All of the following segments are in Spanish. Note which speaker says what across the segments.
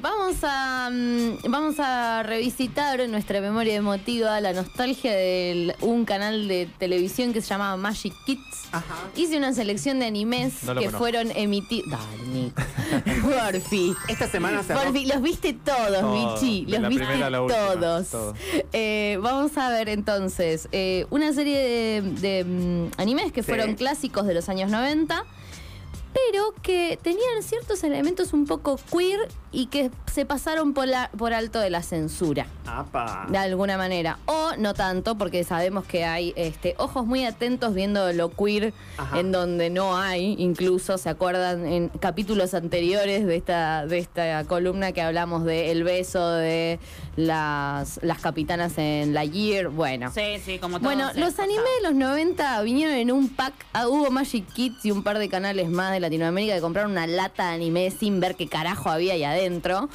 Speaker 1: vamos a, mm, vamos a revisitar nuestra memoria emotiva, la nostalgia de un canal de televisión que se llamaba Magic Kids. Hice una selección de animes
Speaker 2: Ah. No lo
Speaker 1: que
Speaker 2: conozco.
Speaker 1: fueron emitidos. Dale, Nico. Porfi.
Speaker 3: Esta semana se
Speaker 1: Porfi, los viste todos,
Speaker 2: Todos,
Speaker 1: Michi.
Speaker 2: de
Speaker 1: Los
Speaker 2: la
Speaker 1: viste
Speaker 2: primera a la última,
Speaker 1: todos.
Speaker 2: todos.
Speaker 1: Eh, vamos a ver entonces eh, una serie de, de, mm, animes que
Speaker 3: Sí.
Speaker 1: fueron clásicos de los años 90, pero que tenían ciertos elementos un poco queer y que se pasaron por, la- por alto de la censura.
Speaker 3: Apa.
Speaker 1: De alguna manera. O no tanto, porque sabemos que hay este, ojos muy atentos viendo lo queer
Speaker 3: Ajá.
Speaker 1: en donde no hay, incluso se acuerdan en capítulos anteriores de esta, de esta columna que hablamos de el beso de las, las capitanas en la year. Bueno.
Speaker 4: Sí, sí, como ah. todo.
Speaker 1: Bueno,
Speaker 4: se
Speaker 1: los
Speaker 4: pasaba.
Speaker 1: animes de los 90 vinieron en un pack. Ah, hubo Magic Kids y un par de canales más de Latinoamérica que compraron una lata de anime sin ver qué carajo había ahí adentro.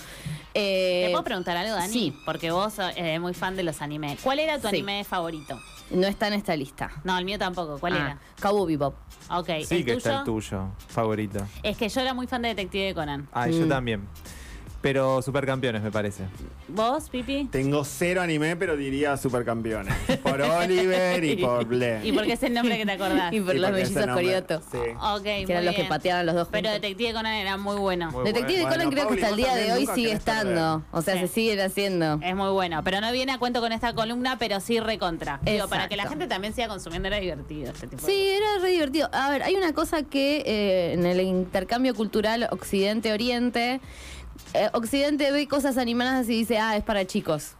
Speaker 1: Eh,
Speaker 4: ¿Te puedo preguntar algo, Dani?
Speaker 1: sí.
Speaker 4: Porque vos eh, eres muy fan de los animes. ¿Cuál era tu
Speaker 1: Sí.
Speaker 4: anime favorito?
Speaker 1: no está en esta lista.
Speaker 4: No, el mío tampoco. ¿Cuál
Speaker 1: Ah, Cowboy Bebop.
Speaker 4: era? Ok,
Speaker 2: Sí
Speaker 4: ¿el
Speaker 2: que
Speaker 4: tuyo?
Speaker 2: está el tuyo, favorito.
Speaker 4: Es que yo era muy fan de Detective Conan.
Speaker 2: Ah,
Speaker 1: Mm.
Speaker 2: yo también. Pero supercampeones, me parece.
Speaker 4: ¿Vos, Pipi?
Speaker 3: Tengo cero anime, pero diría supercampeones. Por Oliver y por Blair.
Speaker 4: ¿Y por qué es el nombre que te acordás?
Speaker 1: Y por
Speaker 3: Sí,
Speaker 1: los
Speaker 3: porque ese
Speaker 1: mellizos
Speaker 3: nombre-
Speaker 1: Corioto.
Speaker 3: Sí.
Speaker 4: Ok,
Speaker 1: Que
Speaker 4: muy
Speaker 1: eran los que
Speaker 4: bien.
Speaker 1: pateaban los dos
Speaker 4: Pero
Speaker 1: juntos.
Speaker 4: Detective Conan era muy bueno.
Speaker 2: Muy
Speaker 1: Detective
Speaker 3: bueno.
Speaker 1: Conan
Speaker 3: Bueno,
Speaker 1: creo
Speaker 3: Pauli,
Speaker 1: que hasta el
Speaker 3: vos
Speaker 1: día
Speaker 3: también
Speaker 1: de hoy
Speaker 3: nunca
Speaker 1: sigue
Speaker 3: querés perder.
Speaker 1: estando. O sea,
Speaker 4: Sí.
Speaker 1: se siguen haciendo.
Speaker 4: Es muy bueno, pero no viene a cuento con esta columna, pero sí recontra. Digo, para
Speaker 1: Exacto.
Speaker 4: que la gente también siga consumiendo, era divertido este tipo. de-
Speaker 1: Sí, era re divertido. A ver, hay una cosa que eh, en el intercambio cultural Occidente-Oriente, eh, Occidente ve cosas animadas y dice, ah, es para chicos.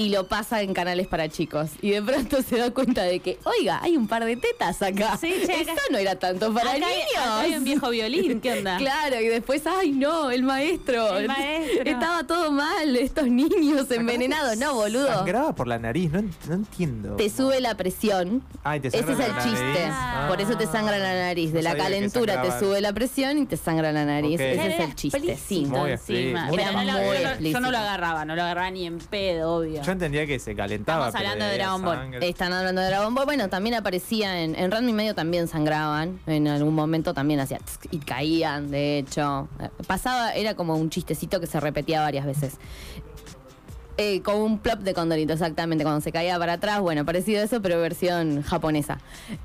Speaker 1: Y lo pasa en canales para chicos. Y de pronto se da cuenta de que, oiga, hay un par de tetas acá.
Speaker 4: Sí, che, acá-
Speaker 1: Esto no era tanto para
Speaker 4: Acá hay-
Speaker 1: niños.
Speaker 4: acá Hay un viejo violín, ¿qué onda?
Speaker 1: Claro, y después, ay no, el maestro.
Speaker 4: El maestro.
Speaker 1: Estaba todo mal, estos niños envenenados. No, boludo.
Speaker 2: Sangraba por la nariz, no, ent- no entiendo.
Speaker 1: Te sube la presión.
Speaker 2: Ay, te
Speaker 1: Ese es
Speaker 2: sangra
Speaker 1: el
Speaker 2: la nariz.
Speaker 1: chiste.
Speaker 4: Ah.
Speaker 1: Por eso te sangra la nariz. De
Speaker 2: No
Speaker 1: la
Speaker 2: sabía que
Speaker 1: calentura te
Speaker 2: sangraba.
Speaker 1: sube la presión y te sangra la nariz.
Speaker 2: Ok.
Speaker 1: Ese
Speaker 4: Claro,
Speaker 1: es
Speaker 4: era
Speaker 1: el chiste. Sí.
Speaker 4: explícito
Speaker 2: Muy
Speaker 4: encima.
Speaker 2: explícito.
Speaker 4: Era-
Speaker 1: Muy
Speaker 4: no lo- yo, lo- yo
Speaker 1: explícito.
Speaker 4: no lo agarraba, no lo agarraba ni en pedo, obvio.
Speaker 2: Yo entendía que se calentaba.
Speaker 4: Estamos
Speaker 2: pero
Speaker 4: hablando de
Speaker 2: había
Speaker 4: Dragon Ball.
Speaker 2: sangre.
Speaker 1: Están hablando de Dragon Ball. Bueno, también aparecía en, en Ranma y Medio también sangraban. En algún momento también hacía tsk y caían, de hecho. Eh, Pasaba, era como un chistecito que se repetía varias veces. Eh, como un plop de Condorito, exactamente, cuando se caía para atrás. Bueno, parecido a eso, pero versión japonesa.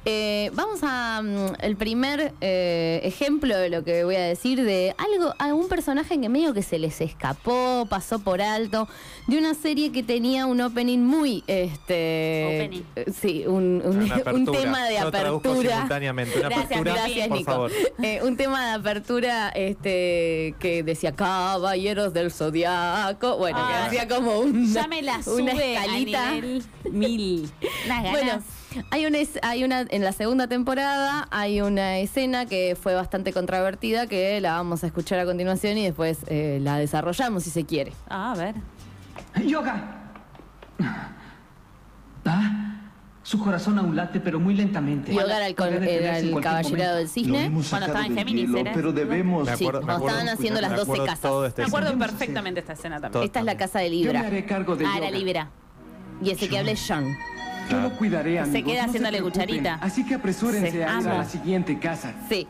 Speaker 1: Eh, vamos a mm, el primer eh, ejemplo de lo que voy a decir de algo, algún personaje que medio que se les escapó, pasó por alto, de una serie que tenía un opening muy, este,
Speaker 4: Opening.
Speaker 1: eh, sí, un, un-
Speaker 2: Una
Speaker 1: un
Speaker 2: apertura.
Speaker 1: tema de
Speaker 2: Yo traduzco
Speaker 1: apertura.
Speaker 2: simultáneamente. Una
Speaker 4: Gracias,
Speaker 2: apertura,
Speaker 4: gracias,
Speaker 2: por
Speaker 1: Nico.
Speaker 2: favor.
Speaker 1: Eh, un tema de apertura este que decía caballeros del zodiaco bueno
Speaker 4: Ah,
Speaker 1: que hacía como un
Speaker 4: ya me la sube
Speaker 1: una
Speaker 4: a
Speaker 1: escalita
Speaker 4: nivel mil. Unas ganas.
Speaker 1: bueno hay una es- hay una en la segunda temporada hay una escena que fue bastante controvertida que la vamos a escuchar a continuación y después eh, la desarrollamos si se quiere
Speaker 4: Ah, a ver.
Speaker 5: ¡Yoga! Ah, su corazón aún late, pero muy lentamente.
Speaker 1: Yoga era el, con-
Speaker 5: Podría
Speaker 1: era
Speaker 5: detenerse en
Speaker 1: el
Speaker 5: cualquier
Speaker 1: caballero
Speaker 5: momento.
Speaker 1: del cisne
Speaker 6: hemos
Speaker 4: Cuando estaba en
Speaker 6: sacado del
Speaker 4: Géminis,
Speaker 6: hielo,
Speaker 4: ¿era?
Speaker 6: pero debemos...
Speaker 1: Sí, cuando estaban haciendo las
Speaker 2: me
Speaker 1: 12
Speaker 2: acuerdo
Speaker 1: casas.
Speaker 2: todo este
Speaker 4: Me acuerdo
Speaker 5: Seguimos
Speaker 4: perfectamente esta escena también.
Speaker 2: Todo.
Speaker 1: esta es la casa de
Speaker 5: Yo me
Speaker 1: Libra
Speaker 5: haré cargo de
Speaker 4: Ah, la
Speaker 5: Yoga.
Speaker 4: libra.
Speaker 1: y ese que habla es John
Speaker 5: Yo lo cuidaré, amigos.
Speaker 4: queda
Speaker 5: no
Speaker 4: haciéndole
Speaker 5: preocupen.
Speaker 4: cucharita.
Speaker 5: Así que apresúrense
Speaker 4: Sí,
Speaker 5: a ir a
Speaker 4: amo.
Speaker 5: la siguiente casa.
Speaker 1: sí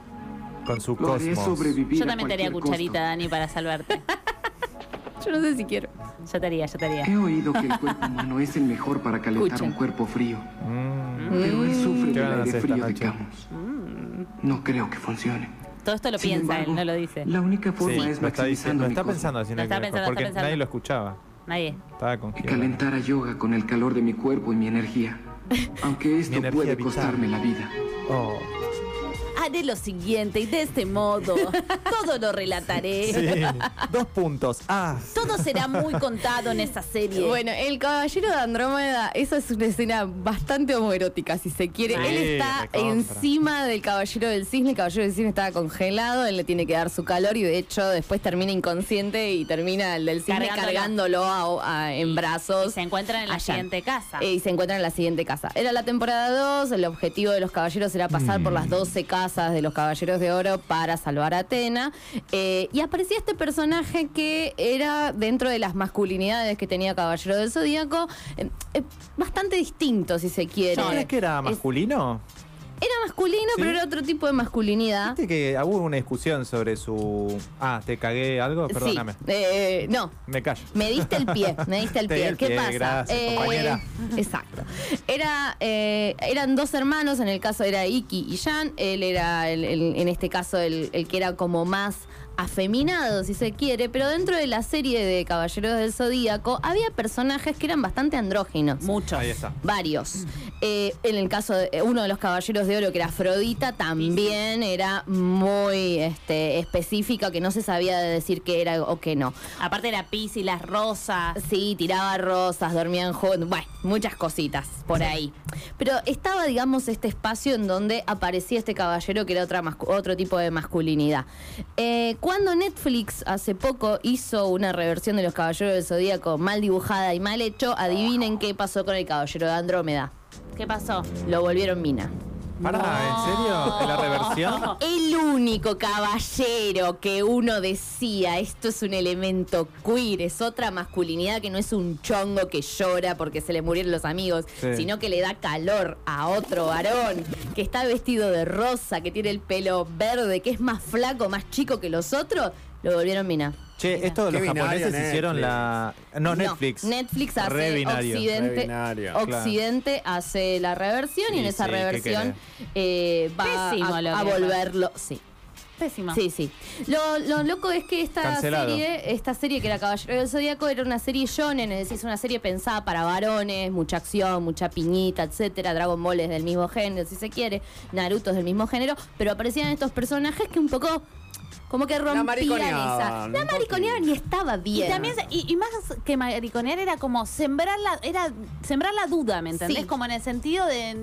Speaker 2: Con su
Speaker 5: Lograré
Speaker 2: cosmos.
Speaker 5: sobrevivir
Speaker 4: Yo
Speaker 5: a
Speaker 4: también te haría
Speaker 5: cualquier
Speaker 4: cucharita, Dani, para salvarte.
Speaker 1: yo no sé si quiero
Speaker 4: Yo te haría, yo te haría.
Speaker 5: costo. He oído que el cuerpo humano es el mejor para calentar
Speaker 1: Escuchen.
Speaker 5: un cuerpo frío.
Speaker 2: Mm,
Speaker 5: Pero él sufre
Speaker 2: ¿Qué
Speaker 5: del
Speaker 2: van a
Speaker 5: aire
Speaker 2: hacer
Speaker 5: frío
Speaker 2: esta
Speaker 5: de
Speaker 2: noche?
Speaker 5: Camus. No creo que funcione.
Speaker 4: Todo esto lo
Speaker 5: Sin
Speaker 4: piensa
Speaker 5: embargo,
Speaker 4: él, no lo dice.
Speaker 5: La única
Speaker 2: Sí,
Speaker 5: forma es
Speaker 2: lo está, diciendo,
Speaker 5: maximizando
Speaker 2: lo
Speaker 5: mi
Speaker 2: está
Speaker 5: cosmos.
Speaker 2: pensando, si no
Speaker 4: Lo está
Speaker 2: me equivoco,
Speaker 4: pensando,
Speaker 2: porque
Speaker 4: está pensando.
Speaker 2: nadie lo escuchaba.
Speaker 4: Nadie.
Speaker 2: Estaba con
Speaker 5: y
Speaker 2: fiebre.
Speaker 5: calentar a yoga con el calor de mi cuerpo y mi energía. Aunque esto
Speaker 2: energía
Speaker 5: puede
Speaker 2: vital.
Speaker 5: costarme la vida.
Speaker 2: Oh.
Speaker 4: Haré lo siguiente y de este modo. Todo lo relataré.
Speaker 2: Sí. Dos puntos. Ah.
Speaker 4: Todo será muy contado en esta serie.
Speaker 1: Bueno, el caballero de Andrómeda, esa es una escena bastante homoerótica, si se quiere.
Speaker 2: Sí,
Speaker 1: él está
Speaker 2: recontra.
Speaker 1: encima del caballero del cisne, el caballero del cisne estaba congelado, él le tiene que dar su calor y de hecho después termina inconsciente y termina el del cisne
Speaker 4: Cargándolo.
Speaker 1: cargándolo a- a- en brazos.
Speaker 4: Y se encuentran en la
Speaker 1: allá.
Speaker 4: siguiente casa.
Speaker 1: Eh, Y se encuentran en la siguiente casa. Era la temporada 2, el objetivo de los caballeros era pasar por
Speaker 2: Mm.
Speaker 1: las 12 casas de los caballeros de oro para salvar a Atena. Eh, y aparecía este personaje que era dentro de las masculinidades que tenía Caballero del Zodíaco, eh, eh, bastante distinto si se quiere.
Speaker 2: ¿Tú crees que era
Speaker 1: Es-
Speaker 2: masculino?
Speaker 1: Era masculino,
Speaker 2: Sí.
Speaker 1: pero era otro tipo de masculinidad.
Speaker 2: Viste que hubo una discusión sobre su. Ah, ¿te cagué algo? Perdóname.
Speaker 1: Sí. Eh, no,
Speaker 2: Me callo.
Speaker 1: Me diste el pie, me diste el
Speaker 2: Te di
Speaker 1: pie.
Speaker 2: el
Speaker 1: ¿Qué
Speaker 2: pie,
Speaker 1: pasa? Eh,
Speaker 2: gracias, compañera.
Speaker 1: Exacto. Era, eh, eran dos hermanos, en el caso era Iki y Jan. Él era, el- el- en este caso, el, el que era como más afeminado, si se quiere, pero dentro de la serie de Caballeros del Zodíaco había personajes que eran bastante andróginos.
Speaker 4: Muchos.
Speaker 2: Ahí está.
Speaker 1: Varios. Eh, en el caso de eh, uno de los caballeros de oro, que era Afrodita, también era muy este, específica, que no se sabía decir qué era o qué no.
Speaker 4: Aparte de la pis y las rosas.
Speaker 1: Sí, tiraba rosas, dormían juntos, bueno, muchas cositas por ahí. Pero estaba, digamos, este espacio en donde aparecía este caballero que era otra mascu- otro tipo de masculinidad. Eh, cuando Netflix hace poco hizo una reversión de los Caballeros del Zodíaco mal dibujada y mal hecho, adivinen qué pasó con el Caballero de Andrómeda.
Speaker 4: ¿Qué pasó?
Speaker 1: Lo volvieron mina.
Speaker 2: Pará, ¿en serio? ¿De la reversión?
Speaker 1: El único caballero que uno decía, esto es un elemento queer, es otra masculinidad que no es un chongo que llora porque se le murieron los amigos,
Speaker 2: Sí.
Speaker 1: sino que le da calor a otro varón que está vestido de rosa, que tiene el pelo verde, que es más flaco, más chico que los otros, lo volvieron mina.
Speaker 2: Che, esto
Speaker 3: Qué
Speaker 2: los
Speaker 3: binario
Speaker 2: japoneses
Speaker 3: Netflix.
Speaker 2: hicieron la. No, Netflix.
Speaker 1: Netflix
Speaker 2: Re
Speaker 1: hace
Speaker 2: binario.
Speaker 1: Occidente.
Speaker 3: Re binario,
Speaker 2: claro.
Speaker 1: Occidente hace la reversión y,
Speaker 2: Y
Speaker 1: en esa
Speaker 2: sí, ¿qué
Speaker 1: reversión eh, va
Speaker 4: Pésimo lo
Speaker 1: a, a
Speaker 4: que es.
Speaker 1: volverlo. Sí.
Speaker 4: Pésima.
Speaker 1: Sí, sí. Lo, lo loco es que esta
Speaker 2: Cancelado.
Speaker 1: serie, esta serie que era Caballero del Zodíaco, era una serie shonen, es decir, es una serie pensada para varones, mucha acción, mucha piñita, etcétera. Dragon Ball es del mismo género, si se quiere, Naruto es del mismo género, pero aparecían estos personajes que un poco como que rompían
Speaker 3: mariconeaban,
Speaker 1: esa. La
Speaker 3: un
Speaker 1: mariconeaban y
Speaker 3: poquito.
Speaker 1: estaba bien.
Speaker 4: Y también se- y, y más que mariconear era como sembrar la era sembrar la duda, ¿me entendés?
Speaker 1: Sí.
Speaker 4: Como en el sentido de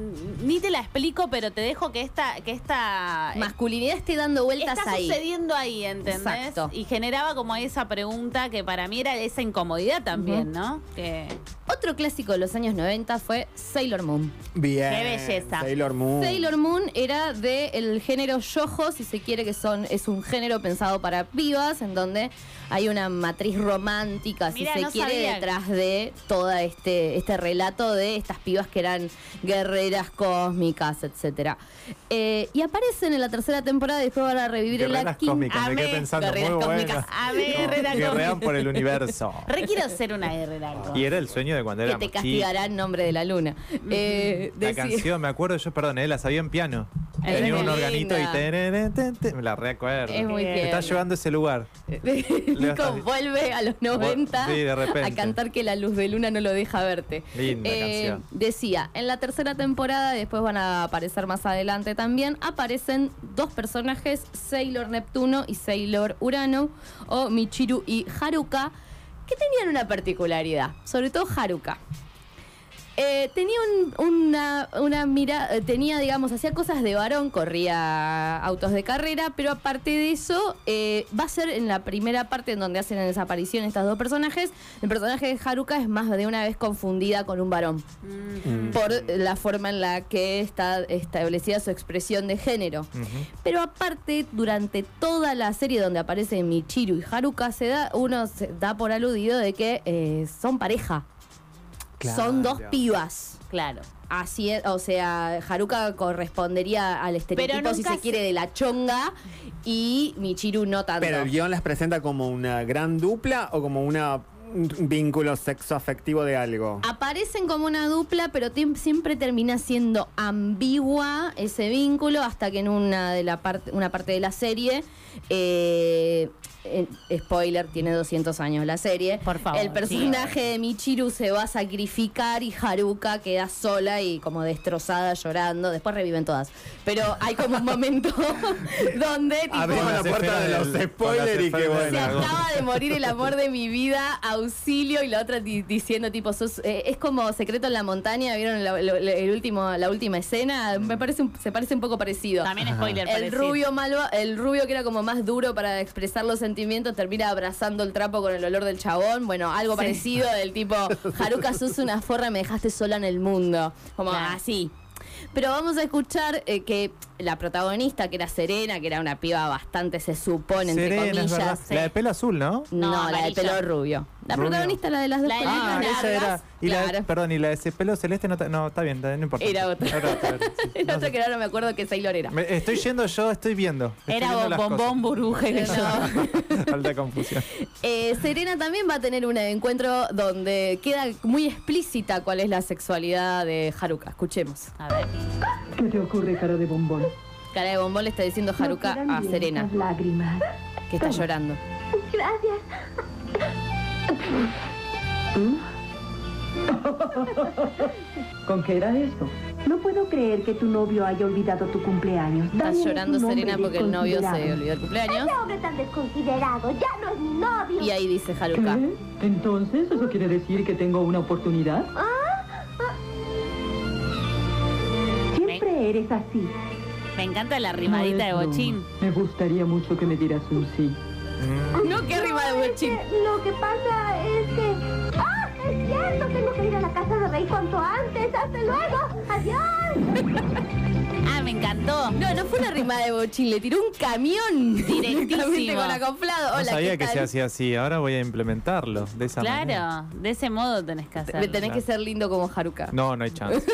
Speaker 4: ni te la explico, pero te dejo que esta que esta
Speaker 1: masculinidad esté dando vueltas
Speaker 4: está
Speaker 1: ahí.
Speaker 4: sucediendo ahí, ¿entendés?
Speaker 1: Exacto.
Speaker 4: Y generaba como esa pregunta que para mí era esa incomodidad también,
Speaker 1: Ujú.
Speaker 4: ¿no? Que
Speaker 1: Otro clásico de los años 90 fue Sailor Moon.
Speaker 3: Bien.
Speaker 4: Qué belleza.
Speaker 3: Sailor Moon.
Speaker 1: Sailor Moon era del género yojo, si se quiere, que son es un género pensado para pibas, en donde hay una matriz romántica, si
Speaker 4: Mirá,
Speaker 1: se
Speaker 4: no
Speaker 1: quiere,
Speaker 4: sabía.
Speaker 1: detrás de todo este, este relato de estas pibas que eran guerreras cósmicas, etcétera. Eh, y aparecen en la tercera temporada y después van a revivir en la
Speaker 2: Guerreras
Speaker 1: quinta.
Speaker 2: cósmicas, me quedé
Speaker 4: Amé
Speaker 2: pensando, muy
Speaker 1: guerreras
Speaker 2: buena.
Speaker 1: cósmicas.
Speaker 4: a ver, era como-
Speaker 2: Guerrean por el universo.
Speaker 4: Re quiero ser una guerrera.
Speaker 2: Y era el sueño de cuando
Speaker 1: Que
Speaker 2: éramos
Speaker 1: te castigará en nombre de la luna. Eh,
Speaker 2: La
Speaker 1: decí-
Speaker 2: canción, me acuerdo, yo, perdón, eh, la sabía en piano.
Speaker 1: Es
Speaker 2: Tenía
Speaker 1: muy
Speaker 2: un organito y
Speaker 1: linda.
Speaker 2: tereré, ten, ten, me la recuerdo.
Speaker 1: Es muy
Speaker 4: Te
Speaker 2: Me
Speaker 1: tierna.
Speaker 2: está llevando a ese lugar.
Speaker 1: Nico vuelve a los 90
Speaker 2: Sí, de repente.
Speaker 1: a cantar que la luz de luna no lo deja verte. Eh,
Speaker 2: Linda canción.
Speaker 1: Decía, en la tercera temporada, después van a aparecer más adelante también, aparecen dos personajes, Sailor Neptuno y Sailor Urano, o Michiru y Haruka, que tenían una particularidad, sobre todo Haruka. Eh, tenía un- una, una mirada, tenía, digamos, hacía cosas de varón, corría autos de carrera, pero aparte de eso, eh, va a ser en la primera parte en donde hacen la desaparición estas dos personajes. El personaje de Haruka es más de una vez confundida con un varón,
Speaker 4: Mm.
Speaker 1: por la forma en la que está establecida su expresión de género.
Speaker 2: Ujú.
Speaker 1: Pero aparte, durante toda la serie donde aparece Michiru y Haruka, se da, uno se da por aludido de que eh, son pareja. Son dos pibas.
Speaker 4: Claro.
Speaker 1: Así es, o sea, Haruka correspondería al estereotipo,
Speaker 4: Pero
Speaker 1: si
Speaker 4: nunca
Speaker 1: se
Speaker 4: se-
Speaker 1: quiere, de la chonga y Michiru no tanto.
Speaker 3: Pero el guión las presenta como una gran dupla o como una, un vínculo sexo afectivo de algo.
Speaker 1: Aparecen como una dupla, pero tim- siempre termina siendo ambigua ese vínculo hasta que en una, de la parte una parte de la serie, eh, eh, spoiler, tiene 200 años la serie,
Speaker 4: Por favor,
Speaker 1: el personaje de Michiru se va a sacrificar y Haruka queda sola y como destrozada llorando, después reviven todas, pero hay como un momento donde...
Speaker 3: Abre
Speaker 1: tipo,
Speaker 3: una
Speaker 2: las
Speaker 3: puerta
Speaker 2: esferas
Speaker 3: de los
Speaker 2: del-
Speaker 3: spoilers
Speaker 2: con las
Speaker 3: y qué
Speaker 2: esferas
Speaker 3: bueno.
Speaker 2: del
Speaker 1: se
Speaker 2: dragón.
Speaker 1: acaba de morir el amor de mi vida, auxilio, y la otra di- diciendo tipo, sos, eh, es como Secreto en la Montaña, ¿vieron la, lo- lo- el último, la última escena?
Speaker 2: Mm.
Speaker 1: Me parece un- se parece un poco parecido.
Speaker 4: También spoiler
Speaker 1: el
Speaker 4: parecido.
Speaker 1: rubio malva, el rubio que era como más duro para expresar los sentimientos, termina abrazando el trapo con el olor del chabón. Bueno, algo parecido del tipo, Haruka, sos una forra, me dejaste sola en el mundo. Como
Speaker 2: Ah,
Speaker 4: Claro.
Speaker 1: así. Pero vamos a escuchar eh, que la protagonista, que era Serena, que era una piba bastante, se supone, entre
Speaker 2: Serena, es
Speaker 1: comillas.
Speaker 2: verdad. La de pelo azul, ¿no?
Speaker 1: No,
Speaker 4: No,
Speaker 1: la de
Speaker 4: amarillo.
Speaker 1: pelo rubio. La
Speaker 3: Rubio.
Speaker 1: protagonista era de las dos.
Speaker 4: La de las
Speaker 1: películas.
Speaker 2: Ah,
Speaker 4: largas,
Speaker 2: esa era. Y la,
Speaker 1: claro.
Speaker 2: perdón, y la de ese pelo celeste no, ta- no está bien, está- no importa.
Speaker 1: Era otra.
Speaker 2: sí.
Speaker 1: El
Speaker 2: No
Speaker 1: otro
Speaker 2: sé.
Speaker 1: que ahora no me acuerdo que Sailor era.
Speaker 2: Me- estoy yendo yo, estoy viendo. Estoy
Speaker 4: Era
Speaker 2: viendo las
Speaker 4: bombón, burbuja y
Speaker 1: No.
Speaker 4: yo.
Speaker 2: cosas. Alta confusión.
Speaker 1: Eh, Serena también va a tener un encuentro donde queda muy explícita cuál es la sexualidad de Haruka. Escuchemos.
Speaker 4: A ver.
Speaker 6: ¿Qué te ocurre, cara de bombón?
Speaker 1: Cara de bombón le está diciendo Haruka
Speaker 6: No quedan
Speaker 1: a
Speaker 6: bien
Speaker 1: Serena,
Speaker 6: esas lágrimas.
Speaker 1: que está llorando.
Speaker 6: Gracias.
Speaker 7: ¿Con qué era esto?
Speaker 6: No puedo creer que tu novio haya olvidado tu cumpleaños.
Speaker 1: Está
Speaker 6: Daniel es
Speaker 1: llorando
Speaker 6: un hombre
Speaker 1: Serena porque el novio se
Speaker 6: desconsiderado.
Speaker 1: olvidó el cumpleaños.
Speaker 8: Este hombre tan desconsiderado ya no es mi novio.
Speaker 1: Y ahí dice Haruka.
Speaker 7: ¿Qué? ¿Eh? Entonces, ¿eso quiere decir que tengo una oportunidad?
Speaker 6: Siempre eres así.
Speaker 4: Me encanta la
Speaker 7: No
Speaker 4: rimadita de
Speaker 7: es
Speaker 4: bochín.
Speaker 7: broma. Me gustaría mucho que me dieras un sí.
Speaker 1: No, qué rima de buen chico.
Speaker 8: Eh, Lo que pasa es que... ¡Ah! Es cierto, tengo que ir a la casa de Rey cuanto antes. ¡Hasta luego! ¡Adiós!
Speaker 4: Ah, me encantó.
Speaker 1: No, no fue una rima de bochín, le tiró un camión directamente con acoplado.
Speaker 2: no
Speaker 1: Hola,
Speaker 2: sabía
Speaker 1: ¿qué
Speaker 2: que
Speaker 1: tal?
Speaker 2: se hacía así, ahora voy a implementarlo de esa manera.
Speaker 4: Claro, de ese modo tenés que
Speaker 1: Te-
Speaker 4: hacerlo.
Speaker 1: Tenés que ser lindo como Haruka.
Speaker 2: No, no hay chance.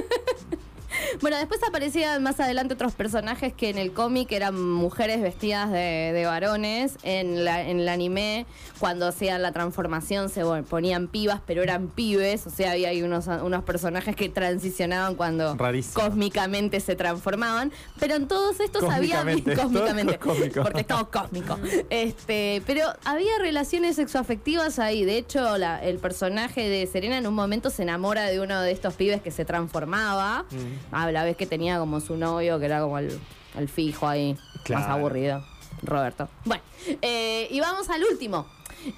Speaker 1: Bueno, después aparecían más adelante otros personajes que en el cómic eran mujeres vestidas de, de varones. En, la- en el anime, cuando hacían la transformación, se vol- ponían pibas, pero eran pibes. O sea, había ahí unos, unos personajes que transicionaban cuando
Speaker 2: Rarísimo.
Speaker 1: cósmicamente se transformaban. Pero en todos estos había.
Speaker 2: Cósmicamente, todo
Speaker 1: cósmicamente.
Speaker 2: cósmico.
Speaker 1: Porque es todo cósmico. Este, pero había relaciones sexoafectivas ahí. De hecho, la- el personaje de Serena en un momento se enamora de uno de estos pibes que se transformaba. Ah, la vez que tenía como su novio, que era como el, el fijo ahí, más
Speaker 2: Claro.
Speaker 1: aburrido, Roberto. Bueno, eh, y vamos al último.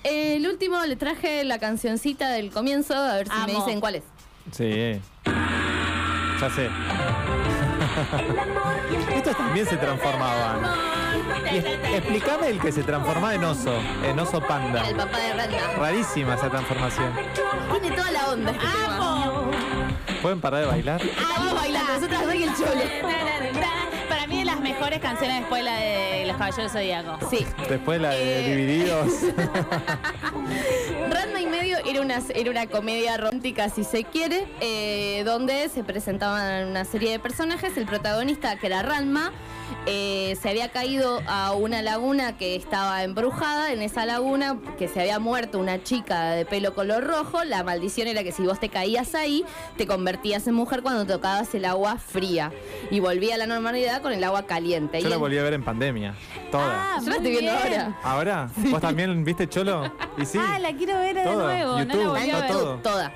Speaker 1: El último le traje la cancioncita del comienzo, a ver si me
Speaker 4: Amo.
Speaker 1: dicen cuál es.
Speaker 2: Sí. Ya sé.
Speaker 8: El amor siempre
Speaker 2: Estos también se transformaban. Y es- explícame el que se transformaba en oso, en
Speaker 1: Era
Speaker 2: oso
Speaker 1: el
Speaker 2: panda.
Speaker 1: papá de Randa.
Speaker 2: Rarísima esa transformación.
Speaker 1: Tiene toda la onda este tema.
Speaker 2: ¿Pueden parar de bailar?
Speaker 1: Vamos bailando, nosotras doy el cholo.
Speaker 4: Para mí de las mejores canciones después la de Los Caballeros Zodíacos.
Speaker 1: Sí.
Speaker 2: Después la de
Speaker 1: Eh.
Speaker 2: Divididos.
Speaker 1: Randa y medio era una, era una comedia romántica, si se quiere, eh, donde se presentaban una serie de personajes. El protagonista, que era Ranma, eh, se había caído a una laguna que estaba embrujada. En esa laguna, que se había muerto una chica de pelo color rojo, la maldición era que si vos te caías ahí, te convertías en mujer cuando tocabas el agua fría. Y volvía a la normalidad con el agua caliente.
Speaker 2: Yo
Speaker 1: Y
Speaker 2: la
Speaker 1: en-
Speaker 2: volví a ver en pandemia. Toda.
Speaker 4: Ah,
Speaker 1: Yo la
Speaker 4: muy
Speaker 1: estoy viendo
Speaker 4: bien.
Speaker 1: ahora.
Speaker 2: ¿Ahora? ¿Vos también viste Cholo? Y sí.
Speaker 4: Ah, la quiero ver de
Speaker 2: Todo.
Speaker 4: nuevo. no
Speaker 2: YouTube,
Speaker 4: la volví a
Speaker 2: está
Speaker 4: ver.
Speaker 2: todo.
Speaker 1: Toda.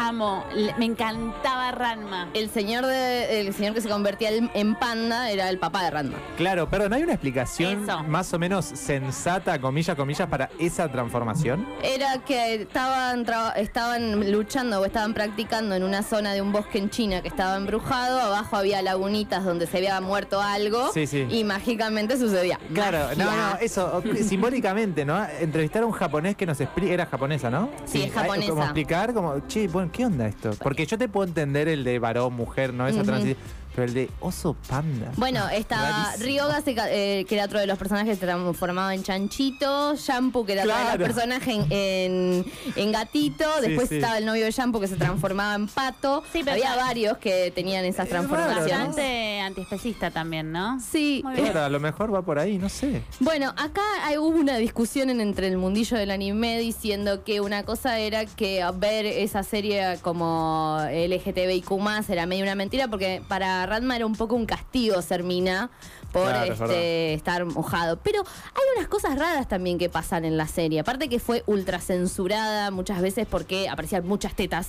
Speaker 4: Amo. le- Me encantaba Ranma.
Speaker 1: El señor, de, el señor que se convertía en en panda era el papá de Ranma.
Speaker 2: Claro, perdón, ¿hay una explicación
Speaker 4: Eso.
Speaker 2: más o menos sensata, comillas, comillas, para esa transformación?
Speaker 1: Era que estaban, tra- estaban luchando o estaban practicando en una zona de un bosque en China que estaba embrujado. Abajo había lagunitas donde se había muerto algo.
Speaker 2: Sí, sí.
Speaker 1: Y mágicamente sucedía.
Speaker 2: Claro, no,
Speaker 1: Magia.
Speaker 2: no, eso, o- simbólicamente, ¿no? Entrevistar a un japonés que nos explica, era japonesa, ¿no?
Speaker 1: Sí, es
Speaker 2: hay-
Speaker 1: japonesa.
Speaker 2: Como explicar, como, che, bueno, ¿qué onda esto? Porque yo te puedo entender el de varón, mujer, ¿no? Esa
Speaker 1: Ujú.
Speaker 2: transición, pero el de oso panda.
Speaker 1: Bueno, estaba
Speaker 2: Rarísimo.
Speaker 1: Ryoga, se ca- eh, que era otro de los personajes, se transformaba en Chanchito. Shampoo, que era otro de
Speaker 2: Claro.
Speaker 1: los personajes en, en- en Gatito.
Speaker 2: Sí,
Speaker 1: Después
Speaker 2: sí.
Speaker 1: estaba el novio de Shampoo, que se transformaba en Pato.
Speaker 4: Sí, pero
Speaker 1: Había
Speaker 4: ya-
Speaker 1: varios que tenían esas
Speaker 2: Es raro,
Speaker 1: transformaciones.
Speaker 2: ¿no?
Speaker 4: Bastante antiespecista también, ¿no?
Speaker 1: Sí. Eh,
Speaker 4: Muy bien.
Speaker 2: Claro, a lo mejor va por ahí, no sé.
Speaker 1: Bueno, acá hay- hubo una discusión en- entre el mundillo del anime diciendo que una cosa era que ver esa serie como LGTBIQ era medio una mentira porque para Radma era un poco un castigo ser mina por
Speaker 2: Claro, es
Speaker 1: este, estar mojado. Pero hay unas cosas raras también que pasan en la serie. Aparte que fue ultra censurada muchas veces porque aparecían muchas tetas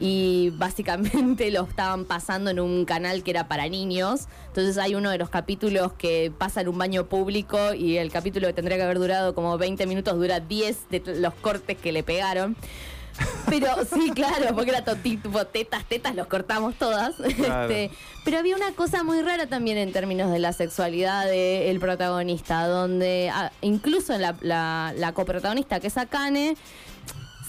Speaker 1: y básicamente lo estaban pasando en un canal que era para niños. Entonces hay uno de los capítulos que pasa en un baño público y el capítulo que tendría que haber durado como 20 minutos dura 10 de t- los cortes que le pegaron. Pero sí, claro, porque era todo tipo tetas, tetas, los cortamos todas.
Speaker 2: Claro.
Speaker 1: Este, pero había una cosa muy rara también en términos de la sexualidad del protagonista, donde ah, incluso en la, la, la coprotagonista, que es Akane,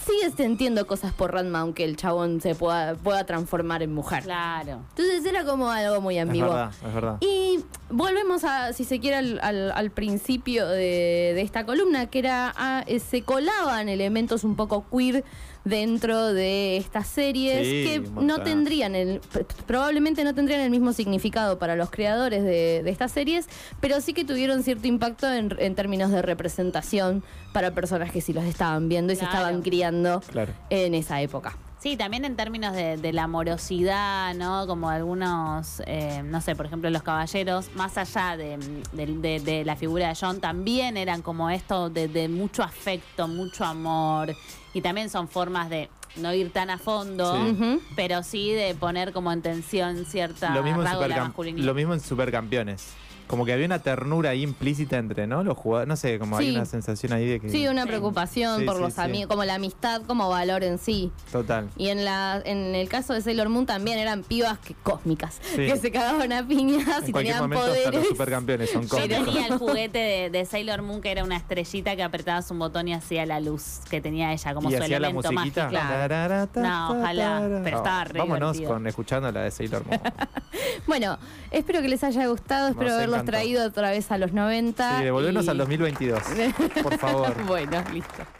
Speaker 1: sigues sintiendo cosas por Ranma, aunque el chabón se pueda, pueda transformar en mujer.
Speaker 4: Claro.
Speaker 1: Entonces era como algo muy
Speaker 2: Es
Speaker 1: ambiguo.
Speaker 2: verdad, es verdad.
Speaker 1: Y volvemos a, si se quiere, al, al- al principio de, de esta columna, que era ah, eh, se colaban elementos un poco queer dentro de estas series
Speaker 2: Sí,
Speaker 1: que
Speaker 2: un
Speaker 1: no
Speaker 2: montón.
Speaker 1: tendrían el p- probablemente no tendrían el mismo significado para los creadores de, de estas series, pero sí que tuvieron cierto impacto en, en términos de representación para personas que sí los estaban viendo y se
Speaker 4: Claro.
Speaker 1: estaban criando
Speaker 2: Claro.
Speaker 1: en esa época.
Speaker 4: Sí, también en términos de, de la amorosidad, ¿no? Como algunos, eh, no sé, por ejemplo, los caballeros, más allá de, de- de- de la figura de John, también eran como esto de, de mucho afecto, mucho amor, y también son formas de no ir tan a fondo,
Speaker 2: Sí.
Speaker 1: Ujú.
Speaker 4: pero sí de poner como en tensión cierta
Speaker 2: Lo mismo, en
Speaker 4: rasgo de la
Speaker 2: supercam-
Speaker 4: masculinidad.
Speaker 2: lo mismo en Supercampeones. Como que había una ternura ahí implícita entre, ¿no? Los jugadores, no sé, como
Speaker 1: Sí.
Speaker 2: hay una sensación ahí de que...
Speaker 1: Sí, una preocupación
Speaker 2: Mm. Sí,
Speaker 1: por
Speaker 2: sí,
Speaker 1: los
Speaker 2: sí.
Speaker 1: amigos, como la amistad como valor en sí.
Speaker 2: Total.
Speaker 1: Y en la en el caso de Sailor Moon también eran pibas que cósmicas,
Speaker 2: Sí.
Speaker 1: que se cagaban a piñas y
Speaker 2: en cualquier
Speaker 1: tenían
Speaker 2: momento hasta los
Speaker 1: poderes.
Speaker 2: supercampeones son
Speaker 4: Yo
Speaker 2: cómicos.
Speaker 4: tenía el juguete de, de Sailor Moon que era una estrellita que apretabas un botón y hacía la luz que tenía ella como
Speaker 2: y
Speaker 4: su
Speaker 2: hacía la
Speaker 4: elemento mágico.
Speaker 2: musiquita.
Speaker 4: Claro.
Speaker 2: Tarara, ta,
Speaker 4: No,
Speaker 2: ta,
Speaker 4: ojalá,
Speaker 2: tarara.
Speaker 4: pero estaba re
Speaker 2: Vámonos
Speaker 4: divertido.
Speaker 2: con escuchando la de Sailor Moon.
Speaker 1: Bueno, espero que les haya gustado, espero
Speaker 2: Nos
Speaker 1: haberlos
Speaker 2: encantó.
Speaker 1: traído otra vez a los 90.
Speaker 2: sí, devolvernos
Speaker 1: y-
Speaker 2: al 2022. Por favor.
Speaker 1: Bueno, listo.